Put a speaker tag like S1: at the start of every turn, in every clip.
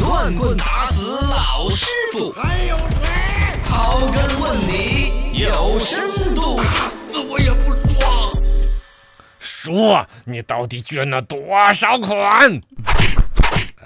S1: 乱棍打死老师傅，还有谁？刨根问底有深度。
S2: 那我也不说。
S3: 说你到底捐了多少款？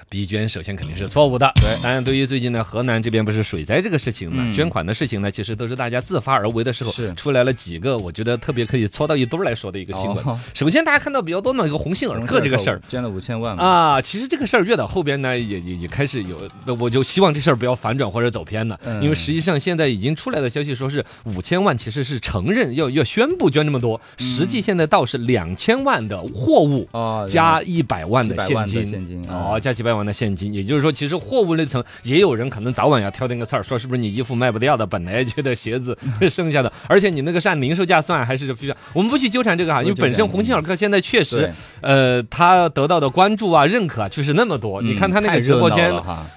S3: 逼捐首先肯定是错误的。对，当然，对于最近呢，河南这边不是水灾这个事情呢，
S4: 嗯
S3: 捐款的事情呢，其实都是大家自发而为的时候
S4: 是，
S3: 出来了几个我觉得特别可以搓到一堆儿来说的一个新闻
S4: 哦。
S3: 首先，大家看到比较多呢，一个鸿星尔克这个事儿。
S4: 捐了五千万嘛，
S3: 啊，其实这个事儿越到后边呢，也也也开始有，我就希望这事儿不要反转或者走偏了，
S4: 嗯
S3: 因为实际上现在已经出来的消息说是五千万，其实是承认要要宣布捐这么多，实际现在倒是两千万的货物。
S4: 哦，
S3: 加一百万的现
S4: 700万
S3: 金，
S4: 的现金
S3: 哦，加几百万的现金，也就是说，其实货物那层也有人可能早晚要挑定个刺儿，说是不是你衣服卖不掉的，本来觉得鞋子剩下的，而且你那个是按零售价算还是批量，我们不去纠缠这个哈，因为
S4: 不纠缠
S3: 本身鸿星尔克现在确实
S4: 对，
S3: 呃，他得到的关注啊、认可啊，确实那么
S4: 嗯
S3: 多。你看他那个直播间，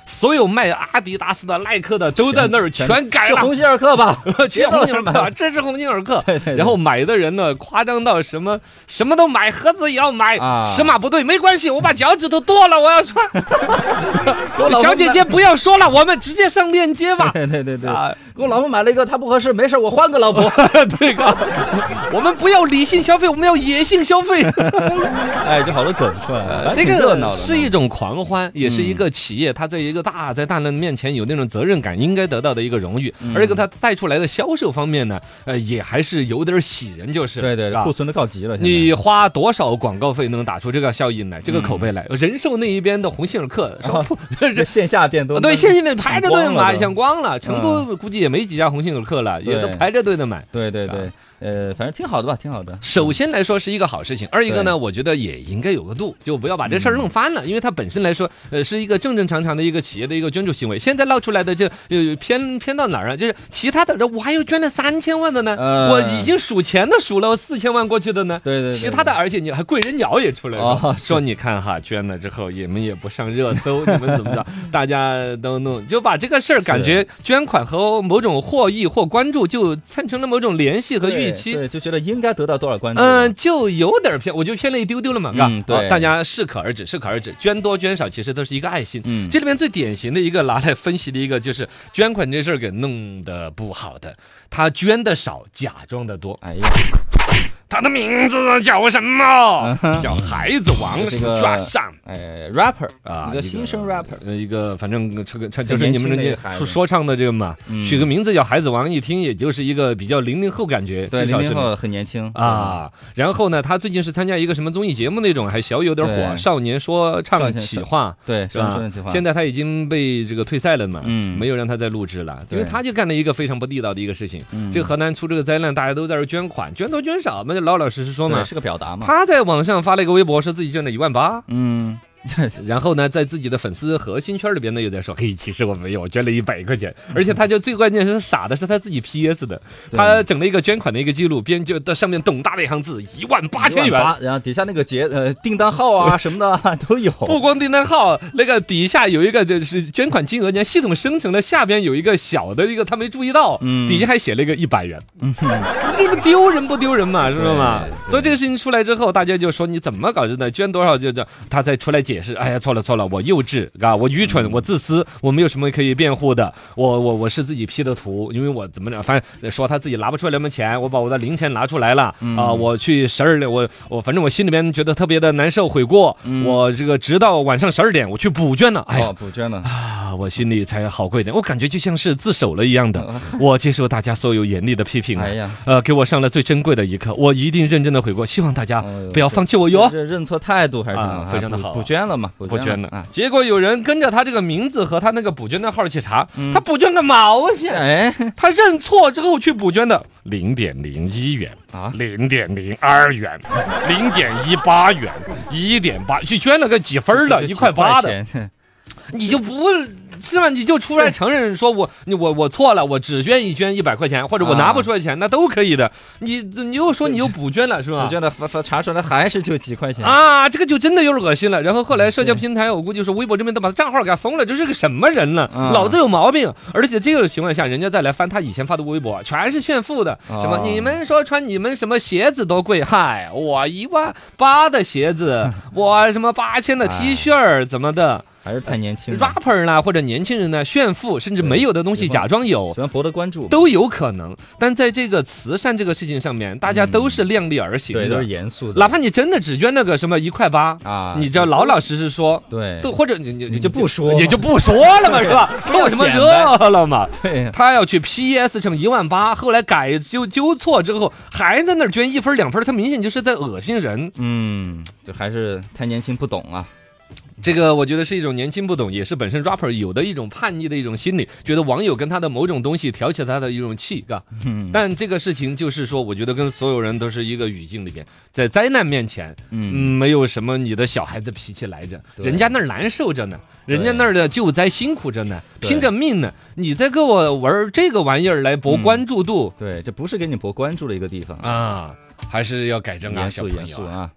S3: 所有卖阿迪达斯的、耐克的都在那儿全改
S4: 是
S3: 了，
S4: 鸿星尔克吧？
S3: 全鸿星尔克，啊这是鸿星尔克。
S4: 对对对
S3: 然后买的人呢，夸张到什么什么都买，盒子也要买，
S4: 啊
S3: 尺码不对没关系，我把脚趾头剁了，我要穿。
S4: 我老婆
S3: 小姐姐不要说了，我们直接上链接吧。
S4: 对对对对，
S3: 啊，
S4: 给我老婆买了一个，她不合适，没事，我换个老婆。
S3: 对个，我们不要理性消费，我们要野性消费。
S4: 哎，这好多梗出来了，还
S3: 呃这
S4: 挺热闹
S3: 个
S4: 的嗯
S3: 是一种狂欢，也是一个企业它在一个大在大量的面前有那种责任感应该得到的一个荣誉，
S4: 嗯
S3: 而且它带出来的销售方面呢，呃，也还是有点喜人，就是
S4: 对对，
S3: 是
S4: 对
S3: 吧
S4: 库存都告急了。现在
S3: 你花多少广告费能打出这个效应来，这个口碑来？人寿那一边的鸿星 尔克，什 么
S4: 这
S3: 这啊
S4: 线下店嗯啊都
S3: 对，现在得排着队买，想
S4: 想
S3: 光了。成都估计也没几家鸿星尔克了，也
S4: 嗯
S3: 都
S4: 对
S3: 排着队的买。
S4: 对对
S3: 啊
S4: 对，呃，反正挺好的吧，挺好的。
S3: 首先来说是一个好事情，二一个呢，
S4: 对嗯
S3: 我觉得也应该有个度，就不要把这事儿弄翻了，因为它本身来说，呃，是一个正正常常的一个企业的一个捐助行为。现在闹出来的这呃偏偏到哪儿啊？就是其他的，我还有捐了三千万的呢，
S4: 呃
S3: 我已经数钱的数了四千万过去的呢。
S4: 对对对
S3: 其他的，而且你还贵人鸟也出来说、
S4: 哦
S3: 说，你看哈，捐了之后你们也不上热搜，你们怎么 着？大家都弄，就把这个事儿感觉捐款和某种获益或关注就产生了某种联系和
S4: 对
S3: 预期。
S4: 对，就觉得应该得到多少关注。
S3: 嗯，，就有点儿偏，我就偏了一丢丢了嘛，是吧
S4: 嗯对
S3: 啊大家适可而止，适可而止，捐多捐少其实都是一个爱心。
S4: 嗯
S3: 这里面最典型的一个拿来分析的一个就是捐款这事儿给弄得不好的，他捐的少，假装的多。
S4: 哎呀，
S3: 他的名字叫什么？叫孩子王，
S4: 嗯这个
S3: 抓上。
S4: 哎，rapper
S3: 啊，
S4: 一个新生 rapper，
S3: 呃，一个反正这个这就
S4: 很
S3: 是
S4: 年
S3: 你们
S4: 轻的一
S3: 人
S4: 个
S3: 家
S4: 孩
S3: 说
S4: 子
S3: 说唱的这个嘛，
S4: 嗯
S3: 取个名字叫孩子王，一听也就是一个比较零零后感觉，
S4: 对，
S3: 至少
S4: 零
S3: 是
S4: 零
S3: 那
S4: 后很年轻，
S3: 啊，
S4: 嗯
S3: 然后呢，他最近是参加一个什么综艺节目那种，还小有点火，
S4: 对
S3: 少年说
S4: 少
S3: 唱
S4: 年
S3: 企
S4: 说
S3: 划。
S4: 对，
S3: 是
S4: 说
S3: 吧
S4: 说句话，？
S3: 现在他已经被这个退赛了嘛，
S4: 嗯
S3: 没有让他再录制了，因为
S4: 对
S3: 他就干了一个非常不地道的一个事情。
S4: 嗯
S3: 这个河南出这个灾难，大家都在这儿捐款，捐多捐少嘛，就老老实实说
S4: 对
S3: 嘛。
S4: 是个表达嘛，
S3: 他在网上发了一个微博，说自己捐了一万八，
S4: 嗯，
S3: 然后呢，在自己的粉丝核心圈里边呢，又在说，嘿，其实我没有，我捐了一百块钱，而且他就最关键是傻的是他自己 PS 的，
S4: 嗯对
S3: 他整了一个捐款的一个记录，边就到上面董大的一行字，一万八千
S4: 一
S3: 元
S4: 万。八，然后底下那个节呃订单号啊什么的 啊都有，
S3: 不光订单号那个底下有一个就是捐款金额，你看系统生成的下边有一个小的一个，他没注意到，
S4: 嗯
S3: 底下还写了一个一百元， 这不丢人不丢人嘛，是不是嘛？
S4: 对
S3: 所以这个事情出来之后，大家就说你怎么搞的呢？捐多少就这，他再出来解释，哎呀，错了错了，我幼稚啊，我愚蠢，我自私，我没有什么可以辩护的，我我我是自己 P 的图，因为我怎么着，反正说他自己拿不出来什么钱，我把我的零钱拿出来了
S4: 嗯
S3: 啊，我去十二点，我我反正我心里面觉得特别的难受悔过，我这个直到晚上十二点我去补捐了，哎呀
S4: 嗯哦，补捐了，
S3: 啊，我心里才好过一点。我感觉就像是自首了一样
S4: 哦
S3: 的，我接受大家所有严厉的批评。
S4: 哎呀，
S3: 呃，给我上了最珍贵的一课，我一定认真的悔过。希望大家
S4: 哎呦
S3: 不要放弃我哟。
S4: 这认错态度还是挺
S3: 啊
S4: 啊
S3: 非常的
S4: 补
S3: 好啊
S4: 补捐了嘛，补
S3: 不捐
S4: 了
S3: 了
S4: 啊，，
S3: 结果有人跟着他这个名字和他那个补捐的号去查，
S4: 嗯
S3: 他补捐个毛线！
S4: 哎
S3: 他认错之后去补捐的零点零一元
S4: 啊
S3: 零点零二元，零点一八元，一点八，去捐了个几分儿的，
S4: 就
S3: 一
S4: 几
S3: 块八的，
S4: 钱
S3: 你就不是吧？你就出来承认说我你我我错了，我只愿意捐一百块钱，或者
S4: 啊
S3: 我拿不出来钱，那都可以的。你你又说你又补捐了 是吧
S4: 我？觉得发发查出来还是就几块钱，
S3: 啊，这个就真的有点恶心了。然后
S4: 嗯
S3: 后来社交平台，我估计说微博这边都把他账号给封了，这是个什么人呢？
S4: 嗯
S3: 脑子有毛病。而且这个情况下，人家再来翻他以前发的微博，全是炫富的，什么
S4: 哦
S3: 你们说穿你们什么鞋子多贵，嗨，
S4: 哎
S3: 我一万八的鞋子，我什么八千的 T 恤儿怎么的。
S4: 还是太年轻了，
S3: rapper 啦，或者年轻人呢炫富，甚至没有的东西
S4: 喜欢
S3: 假装有
S4: 喜。欢博得关注，
S3: 都有可能，但在这个慈善这个事情上面，大家都是量力而行
S4: 嗯对，都
S3: 的
S4: 是，严肃的，
S3: 哪怕你真的只捐那个什么一块八
S4: 啊
S3: 你只要老老实实说，
S4: 对
S3: 都或者你你
S4: 你嗯就不说
S3: 也就不说了嘛，是吧？
S4: 不要
S3: 做什么
S4: 显
S3: 热了嘛？
S4: 对，
S3: 他要去 PS 成一万八，后来改纠纠错之后，还在那儿捐一分两分，他明显就是在恶心人。
S4: 嗯，就还是太年轻不懂啊，
S3: 这个我觉得是一种年轻不懂，也是本身 rapper 有的一种叛逆的一种心理，觉得网友跟他的某种东西挑起他的一种气，嘎。
S4: 嗯
S3: 但这个事情就是说，我觉得跟所有人都是一个语境里面，在灾难面前，
S4: 嗯，
S3: 嗯，没有什么你的小孩子脾气来着，
S4: 对
S3: 人家那儿难受着呢，
S4: 对
S3: 人家那儿的救灾辛苦着呢，
S4: 对
S3: 拼着命呢，你在给我玩这个玩意儿来博
S4: 嗯
S3: 关注度
S4: 对，这不是给你博关注的一个地方，
S3: 啊，还是要改正啊，
S4: 严
S3: 小
S4: 肃
S3: 朋
S4: 严
S3: 友
S4: 肃
S3: 啊。
S4: 啊，